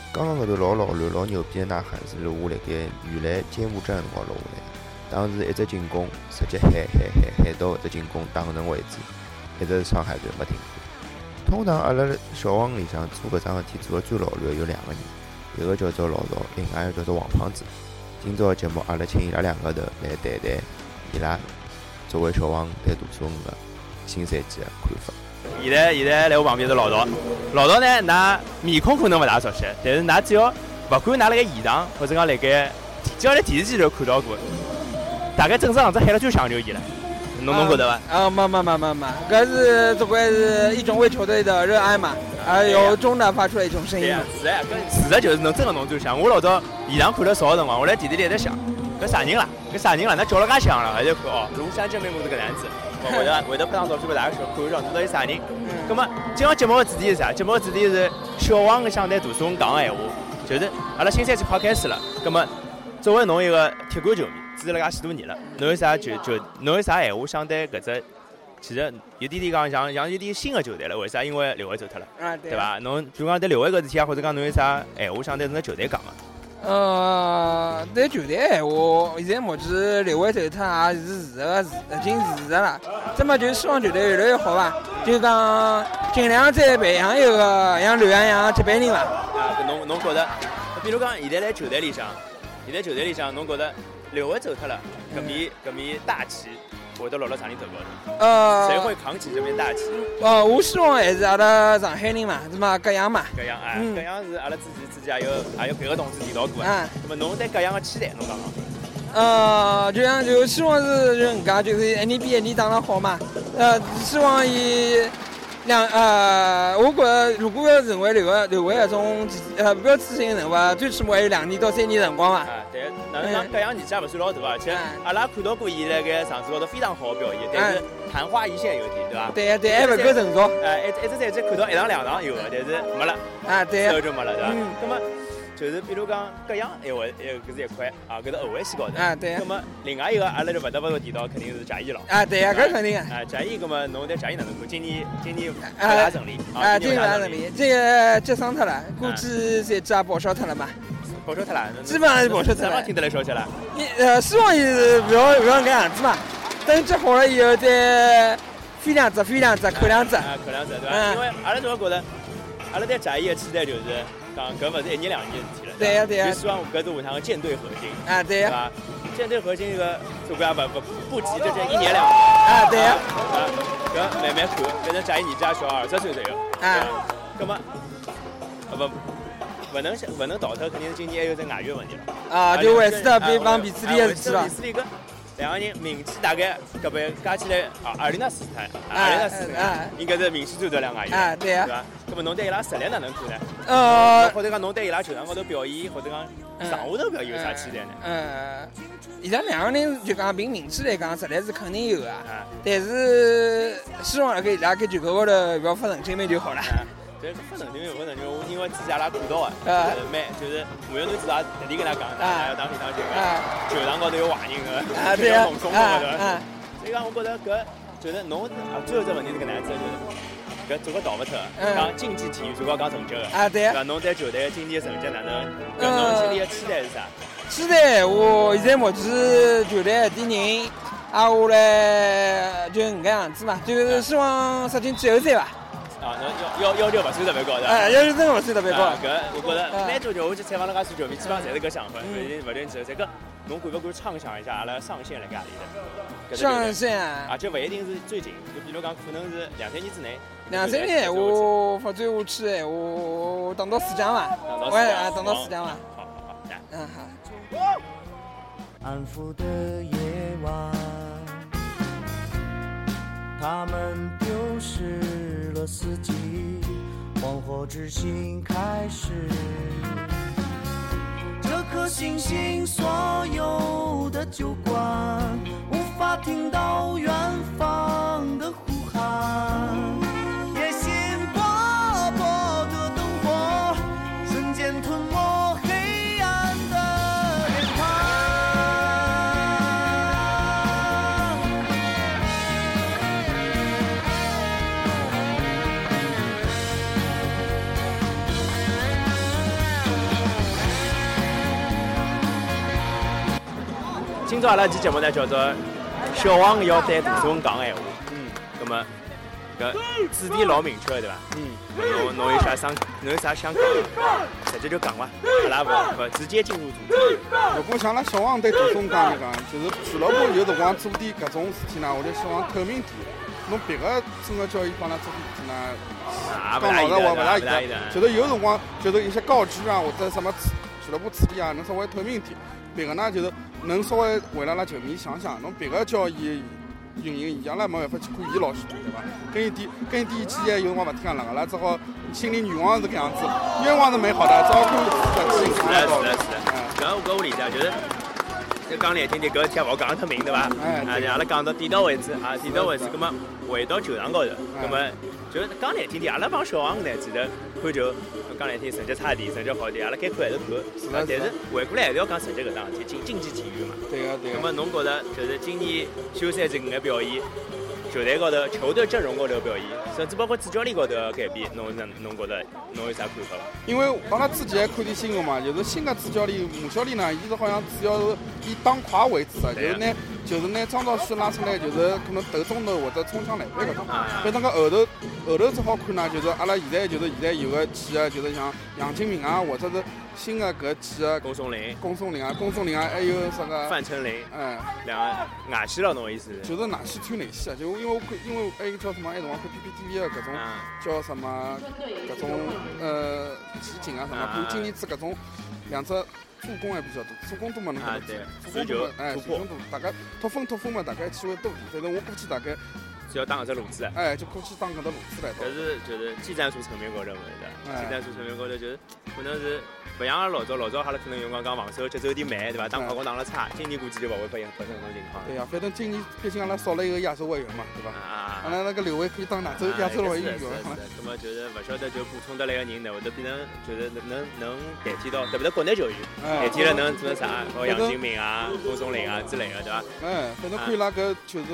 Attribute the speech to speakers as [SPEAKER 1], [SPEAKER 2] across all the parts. [SPEAKER 1] 老老卵老牛逼的呐喊是我辣盖原来揭幕战辰光录下来的。当时一只进攻直接喊喊喊喊到搿只进攻打成为止，一直是上海队没停过。通常阿拉小学里向做搿桩事体做得最老卵的有两个人，一个叫做老赵，另外一个叫做王胖子。今朝的节目阿拉请伊拉两个头来谈谈伊拉作为小王对大中五个新赛季的看法。
[SPEAKER 2] 现在现在来我旁边是老道，老道呢，㑚面孔可能勿大熟悉，但是㑚只要勿管㑚辣盖现场或者讲辣盖，只要辣电视机头看到过，大概整只场子喊了最响就是伊了。侬侬觉得伐？
[SPEAKER 3] 啊，没没没没没，搿是总归是一种为球队的热爱嘛，啊，由衷的发出了一种声
[SPEAKER 2] 对
[SPEAKER 3] 音
[SPEAKER 2] 呀。，是啊，搿事实就是侬真个侬最响。我老早现场看了少个辰光，我辣电视里一直想，搿啥人啦？搿啥人啦？㑚叫了介响了，而且看哦，庐山真面目是搿能样子。 我会得会得拍张照片拨大家看，看一下侬到底啥人。咁么，今朝节目的主题是啥？节目的主题是小王跟想对大松讲个闲话，就是阿拉新赛季快开始了。咁么，作为侬一个铁杆球迷，支持了介许多年了，侬有啥就就侬有啥闲话想对搿只？其实有点点讲像像有点新的球队了，为啥？因为刘伟走脱了。
[SPEAKER 3] 啊，对
[SPEAKER 2] 对？伐？侬比如讲对刘伟搿事体啊，或者讲侬有啥闲话想对侬个球队讲啊？
[SPEAKER 3] 呃，对球队闲话，现在目前刘伟头他啊也是事实个，已经是事实了。这么就希望球队越来越好伐？就讲尽量再培养一个像刘洋洋接班人伐？
[SPEAKER 2] 啊，搿侬侬觉得，比如讲现在辣球队里向，现在球队里向侬觉得刘伟走脱了，搿面搿面大旗会得落到啥人头高头？
[SPEAKER 3] 呃，
[SPEAKER 2] 谁会扛起这面大旗？
[SPEAKER 3] 呃，我希望还是阿拉上海人嘛，是嘛，各样嘛，
[SPEAKER 2] 搿样哎，
[SPEAKER 3] 嗯
[SPEAKER 2] 搿样是阿拉之前之前也有也有别个同事提到过啊。
[SPEAKER 3] 啊，
[SPEAKER 2] 那么侬对搿样个期待，侬讲讲。啊
[SPEAKER 3] 呃，就像就希望是人家就是一年比一年打得 E 好嘛，呃，希望伊两呃，我觉着如果要成为刘个刘伟搿种呃标志性人物，最起码还有两年到三年辰光嘛。
[SPEAKER 2] 啊，对，哪能讲
[SPEAKER 3] 嗯
[SPEAKER 2] 搿样年纪也勿算老大啊，而且
[SPEAKER 3] 嗯
[SPEAKER 2] 阿拉看到过伊辣盖场子高头非常好的表现，但是昙花一现有点，对伐？
[SPEAKER 3] 嗯对呀，对，还勿够成熟
[SPEAKER 2] 呃，一一只赛季看到一场两场有的，但是没了，
[SPEAKER 3] 啊，
[SPEAKER 2] 之后
[SPEAKER 3] 对，
[SPEAKER 2] 就没了，对吧？
[SPEAKER 3] 嗯
[SPEAKER 2] 那么就是比如讲各样，哎我哎搿是一块啊，搿是后卫线高头。
[SPEAKER 3] 啊，对
[SPEAKER 2] 那，么另外一个阿拉就勿得勿提到，肯定是贾谊了。
[SPEAKER 3] 啊，对呀，搿肯定啊。
[SPEAKER 2] 啊，贾谊，葛么侬对贾谊哪能看？今年今年勿
[SPEAKER 3] 啊
[SPEAKER 2] 大顺利
[SPEAKER 3] 啊，
[SPEAKER 2] 今
[SPEAKER 3] 这
[SPEAKER 2] 年勿
[SPEAKER 3] 个哪
[SPEAKER 2] 大
[SPEAKER 3] 能
[SPEAKER 2] 顺利，
[SPEAKER 3] 理？这个接伤他了，估计这季也报销他了嘛。
[SPEAKER 2] 保守脱了，侬
[SPEAKER 3] 基本上是保守脱
[SPEAKER 2] 侬
[SPEAKER 3] 了
[SPEAKER 2] 哪能听得来消息 了。
[SPEAKER 3] 你呃，希望伊是不要不要搿样子嘛，等接好了以后再飞两只，飞两只，看两只。
[SPEAKER 2] 啊，看两只对伐？
[SPEAKER 3] 嗯
[SPEAKER 2] 因为阿拉总归觉得，阿拉对贾谊的期待就是讲搿勿是一年两年的事体了，
[SPEAKER 3] 对呀对呀
[SPEAKER 2] 就希望搿是下趟的舰队核心，
[SPEAKER 3] 啊，对
[SPEAKER 2] 对
[SPEAKER 3] 呀，
[SPEAKER 2] 伐？舰队核心这个总归也勿不不急，就是一年两年。
[SPEAKER 3] 啊，对呀，
[SPEAKER 2] 啊，搿慢慢看，反正贾谊年纪也小，二十岁左右。
[SPEAKER 3] 啊，
[SPEAKER 2] 搿么，勿勿呃能想勿能倒脱，肯定是今年还有只外援问题了。
[SPEAKER 3] 啊，就维斯特比帮比斯利的
[SPEAKER 2] 的
[SPEAKER 3] 事体了
[SPEAKER 2] 比。斯利搿两个人名气大概搿边加起来啊，二零那四台，
[SPEAKER 3] 啊
[SPEAKER 2] 二零那四
[SPEAKER 3] 啊
[SPEAKER 2] 台应该是名气最大两个外援。
[SPEAKER 3] 啊，对呀
[SPEAKER 2] 对，伐？那么侬对伊拉实力哪能看呢？
[SPEAKER 3] 呃，
[SPEAKER 2] 或者讲侬对伊拉球场高头表现，或者讲场下头表现有啥期待呢？
[SPEAKER 3] 呃，伊拉两个人就讲凭名气来讲，实力是肯定有的啊。
[SPEAKER 2] 啊，
[SPEAKER 3] 但是希望辣盖伊拉搿球高高头不要发神经病就好了。
[SPEAKER 2] 啊这不能因为不能因为因为之前阿拉看到的，
[SPEAKER 3] 啊
[SPEAKER 2] 呃，蛮就是马云侬自家特地跟他讲，
[SPEAKER 3] 啊
[SPEAKER 2] 大家当心当心，
[SPEAKER 3] 啊
[SPEAKER 2] 球场高头有坏人的，
[SPEAKER 3] 啊，对呀
[SPEAKER 2] 有猛冲，
[SPEAKER 3] 啊
[SPEAKER 2] 的对伐？
[SPEAKER 3] 啊，
[SPEAKER 2] 所以讲，我觉得搿就是侬啊，最后只问题是搿能样子，就是搿总归逃勿脱，
[SPEAKER 3] 嗯
[SPEAKER 2] 讲竞技体育总归要讲成绩的。
[SPEAKER 3] 啊，对
[SPEAKER 2] 对。
[SPEAKER 3] 呀
[SPEAKER 2] 伐？侬对球队的今年成绩哪能？搿
[SPEAKER 3] 呃
[SPEAKER 2] 侬心里的期待是啥？
[SPEAKER 3] 现在我现在目前球队第人，啊，我来就搿样子嘛，就是希望杀进季后赛吧。
[SPEAKER 2] 啊，侬要要要求勿算特别高的。
[SPEAKER 3] 哎，要是真的勿算特别高
[SPEAKER 2] 啊，，搿我觉得
[SPEAKER 3] 嗯
[SPEAKER 2] 蛮多球，我去采访了介许球迷，基本上侪是搿想法，
[SPEAKER 3] 嗯
[SPEAKER 2] 勿一定勿一定只有这个。侬敢勿敢畅想一下阿拉上线辣盖何里的？搿只球
[SPEAKER 3] 上
[SPEAKER 2] 队
[SPEAKER 3] 线啊
[SPEAKER 2] 而且勿一定是最近，就比如讲，可能是两三年之内，
[SPEAKER 3] 两三年闲话发展下去哎闲话，打到四强伐？
[SPEAKER 2] 打到
[SPEAKER 3] 我也啊，打到四
[SPEAKER 2] 强。
[SPEAKER 3] 强伐？
[SPEAKER 2] 好好好，来。
[SPEAKER 3] 嗯好。
[SPEAKER 4] 安抚的夜晚，他们丢失了自己，往后之心开始。这颗星星所有的酒馆，无法听到远方的呼喊。野心勃勃的灯火，瞬间吞没黑暗的脸庞。
[SPEAKER 2] 今朝阿拉期节目呢叫做“小王要对大宋讲闲话”。嗯，那么搿主题老明确对伐？嗯，侬侬有啥想，侬有啥想讲的，直接就讲伐。阿拉勿勿直接进入主题。
[SPEAKER 5] 如果像阿拉小王对大宋讲一讲，就是除了我有辰光做点搿种事体呢，我对小王透明点。侬别个真的叫伊帮咱做点事体呢，
[SPEAKER 2] 啊，
[SPEAKER 5] 讲
[SPEAKER 2] 勿大
[SPEAKER 5] 老
[SPEAKER 2] 一
[SPEAKER 5] 实话
[SPEAKER 2] 样，
[SPEAKER 5] 勿
[SPEAKER 2] 大啊
[SPEAKER 5] 大
[SPEAKER 2] 一
[SPEAKER 5] 一样
[SPEAKER 2] 样。。
[SPEAKER 5] 就是有辰光，就是一些告知啊，或者什么处俱乐部处理啊，能稍微透明一点。别个呢，就是能稍微为了阿拉球迷想想，侬别个叫伊运营，伊阿拉没办法去看伊老许多，对伐？跟伊点跟伊点意见，有辰光勿听阿拉，啊阿拉只好心里愿望是搿样子，愿望是美好的，只好看实际
[SPEAKER 2] 是
[SPEAKER 5] 看
[SPEAKER 2] 的，
[SPEAKER 5] 得到
[SPEAKER 2] 是的，是的。
[SPEAKER 5] 嗯
[SPEAKER 2] 搿我搿我理解，就是就讲难听点，搿事体也勿好讲得太明，对伐？啊，
[SPEAKER 5] 哎对
[SPEAKER 2] 就阿拉讲到点到为止，啊，点到为止，葛末回到球场高
[SPEAKER 5] 哎
[SPEAKER 2] 头，葛末就是讲难听点，阿拉帮小王呢，其实看球讲难听，成绩差点，成绩好点，阿拉该看还是看，啊
[SPEAKER 5] 是的
[SPEAKER 2] 但是回过来还是要讲成绩搿桩事体，竞竞技体育嘛。
[SPEAKER 5] 对个对
[SPEAKER 2] 葛
[SPEAKER 5] 个。
[SPEAKER 2] 末侬觉着就是今年休赛季搿眼表现？球队高头、球队阵容高头表现，甚至包括主教练高头的改变，侬侬侬觉着侬有啥看法伐？
[SPEAKER 5] 因为阿拉之前看点新闻嘛，就是新的主教练马教练呢，伊是好像主要是以打快为主的，就
[SPEAKER 2] 对啊
[SPEAKER 5] 是拿就是拿张兆旭拉出来，就是可能投中投或者冲向篮板搿种。
[SPEAKER 2] 啊
[SPEAKER 5] 反正个后头后头只好看呢，就是阿拉现在就是现在有个几个就是像杨金明啊，或者是新的搿几个
[SPEAKER 2] 龚松林、
[SPEAKER 5] 龚松林啊、龚松林啊，还有啥个
[SPEAKER 2] 范丞林，
[SPEAKER 5] 哎，
[SPEAKER 2] 两个外线了，侬意思是？
[SPEAKER 5] 就是哪些穿哪些啊，就因为我看，因为还有一个叫什么，还有辰光看 PPTV 的搿种。
[SPEAKER 2] 啊，
[SPEAKER 5] 叫什么搿种呃集锦啊什么，
[SPEAKER 2] 啊
[SPEAKER 5] 看今年子搿种两只助攻还比较多，助攻多嘛能看到
[SPEAKER 2] 啊对
[SPEAKER 5] 助攻多嘛
[SPEAKER 2] 足球
[SPEAKER 5] 哎
[SPEAKER 2] 突
[SPEAKER 5] 助
[SPEAKER 2] 破
[SPEAKER 5] 攻多，大概脱分脱分嘛大概机会多点，反正我估计大概
[SPEAKER 2] 只要打搿只路子，
[SPEAKER 5] 哎就估计当搿只路子来
[SPEAKER 2] 搿
[SPEAKER 5] 到，
[SPEAKER 2] 是就是技战术层面高头问题，
[SPEAKER 5] 哎
[SPEAKER 2] 技战术层面高头就是可能是勿像嗯阿拉老早，老早阿拉可能有辰光讲防守节奏有点慢，对伐？打快攻打了差，今年估计就勿会发现发生搿种情况
[SPEAKER 5] 对
[SPEAKER 2] 了。
[SPEAKER 5] 呀，反正今年毕竟阿拉少了一个亚洲外援嘛，对
[SPEAKER 2] 啊
[SPEAKER 5] 伐？
[SPEAKER 2] 啊
[SPEAKER 5] 阿
[SPEAKER 2] 啊！
[SPEAKER 5] 拉哎那个刘伟可以当亚洲亚洲外援
[SPEAKER 2] 是的是
[SPEAKER 5] 用了
[SPEAKER 2] 的，是的，那么就是勿晓得就补充得来个人呢，会得变成就是能能能代替到，特别是国内球员，代
[SPEAKER 5] 哎
[SPEAKER 2] 替了能做成啥？包括杨金明啊、郭松林啊之类的，对伐？
[SPEAKER 5] 哎，反正看伊拉搿就是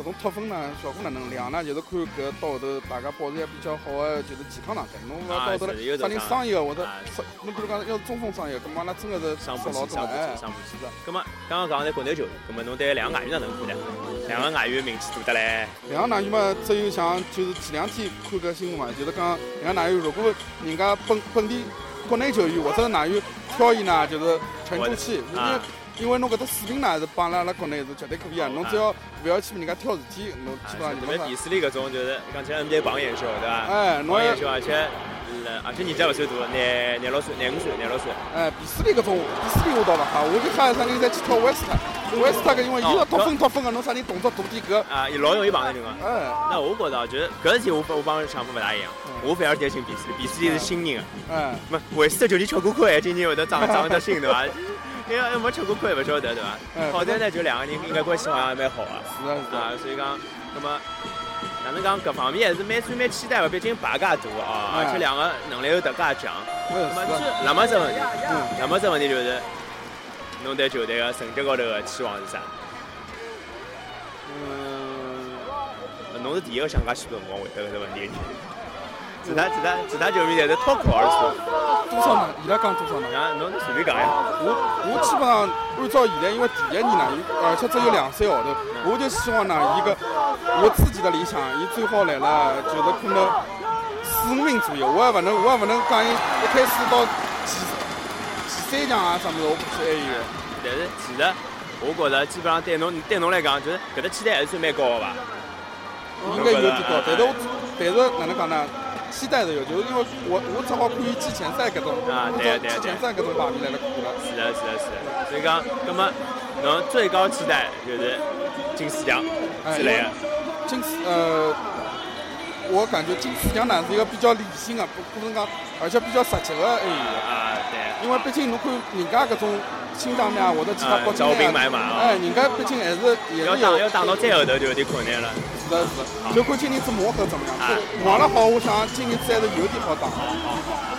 [SPEAKER 5] 搿种脱分呢，效果哪能量呢？就是看搿到后头大家保持一个比较好的就是健康状态，侬勿要到后头来
[SPEAKER 2] 啊是有
[SPEAKER 5] 啥
[SPEAKER 2] 种
[SPEAKER 5] 人伤一个或者
[SPEAKER 2] 啊
[SPEAKER 5] 是侬比如讲要是中锋伤一个，搿么阿拉真个是
[SPEAKER 2] 上
[SPEAKER 5] 少
[SPEAKER 2] 不
[SPEAKER 5] 老
[SPEAKER 2] 起，
[SPEAKER 5] 多
[SPEAKER 2] 上
[SPEAKER 5] 了
[SPEAKER 2] 不起，
[SPEAKER 5] 哎。
[SPEAKER 2] 上不起。葛么啊刚刚讲的国内球员，葛么啊侬对两个外援哪能看呢？两个外援名气大得嘞，
[SPEAKER 5] 两个外援嘛，只有像就是前两天看搿新闻嘛，就是讲两个外援如果人家本本地国内球员或者外援挑伊呢，就是沉住气，因为
[SPEAKER 2] 啊
[SPEAKER 5] 因为侬搿只水平呢是帮阿拉国内是绝对可以啊，侬只要勿要去人家挑事体，侬
[SPEAKER 2] 啊
[SPEAKER 5] 基本上
[SPEAKER 2] 特
[SPEAKER 5] 就
[SPEAKER 2] 别
[SPEAKER 5] 没啥
[SPEAKER 2] 比。斯利搿种就是讲起来 NBA 榜眼秀对伐？
[SPEAKER 5] 哎，侬
[SPEAKER 2] 榜
[SPEAKER 5] 要
[SPEAKER 2] 眼秀，而且啊呃而且年纪也勿算大，廿廿六岁，廿五岁，廿六岁。
[SPEAKER 5] 哎，比斯利搿种，比斯利我倒勿哈，我就吓啥人再去跳 West 特，West 特搿因为伊要脱分脱分个，侬啥人动作大点
[SPEAKER 2] 嗯
[SPEAKER 5] 搿，
[SPEAKER 2] 哦啊，也老容易碰着人啊。
[SPEAKER 5] 哎
[SPEAKER 2] 那我觉着啊就是搿事体，我我帮想法勿大一样。
[SPEAKER 5] 嗯
[SPEAKER 2] 我反而担心比斯利，比斯利是新人啊，
[SPEAKER 5] 哎，
[SPEAKER 2] 没韦斯特球你吃过亏，哎今年会得长长得新对伐？因为因为没吃过亏，勿晓得对伐？
[SPEAKER 5] 嗯
[SPEAKER 2] 好在呢，就两个人应该关系好像还蛮好啊。
[SPEAKER 5] 是啊是啊，
[SPEAKER 2] 啊，所以讲，那么哪能讲，各方面还是蛮算蛮期待吧，毕竟牌介大啊，
[SPEAKER 5] 哎
[SPEAKER 2] 而且两个能力又迭介强。
[SPEAKER 5] 嗯
[SPEAKER 2] 那么
[SPEAKER 5] 是
[SPEAKER 2] 这，那么这
[SPEAKER 5] 啊，
[SPEAKER 2] 问题，
[SPEAKER 5] 嗯，
[SPEAKER 2] 那么这问题就是，侬对球队个成绩高头个期望是啥？
[SPEAKER 5] 嗯，
[SPEAKER 2] 呃侬是第一个想介许多辰光回答搿个问题的人。其他其他其他球迷侪是脱口而出，
[SPEAKER 5] 呃多少呢？伊拉讲多少呢？
[SPEAKER 2] 然后侬随便讲呀。
[SPEAKER 5] 我我基本上按照现在，因为第一年呢，伊而且只有两三个号头，
[SPEAKER 2] 嗯
[SPEAKER 5] 我就希望呢，伊个我自己的理想，伊最好来了，就是可能四五名左右，我也勿能，我也勿能讲伊一开始到前前三强啊啥物事，我估计还有。
[SPEAKER 2] 但是其实我觉着基本上对侬对侬来讲，就是搿个期待还是算蛮高个伐？
[SPEAKER 5] 应该有点高，但是我但是哪能讲呢？期待是有，就是因为我我只好看伊季前赛搿种，
[SPEAKER 2] 啊对啊对啊对啊
[SPEAKER 5] 季前赛搿种排名来了看了。
[SPEAKER 2] 是的，是的，是的。所以讲，那么侬最高期待就是进四强
[SPEAKER 5] 哎
[SPEAKER 2] 之类的。
[SPEAKER 5] 金丝呃，我感觉金丝强呢是一个比较理性的，不不能讲，而且比较实际的哎，
[SPEAKER 2] 啊，对。
[SPEAKER 5] 因为毕竟侬看人家搿种新疆呢或者其
[SPEAKER 2] 啊
[SPEAKER 5] 他国
[SPEAKER 2] 招兵
[SPEAKER 5] 家
[SPEAKER 2] 买
[SPEAKER 5] 呢，
[SPEAKER 2] 马啊，
[SPEAKER 5] 哎，人家毕竟还是也
[SPEAKER 2] 要
[SPEAKER 5] 是
[SPEAKER 2] 打
[SPEAKER 5] 有
[SPEAKER 2] 要打到啊最后头就有点困难了。
[SPEAKER 5] 是
[SPEAKER 2] 啊
[SPEAKER 5] 的，是的，就看今年子磨合怎么样。磨了好，我想今年子还是有点好打。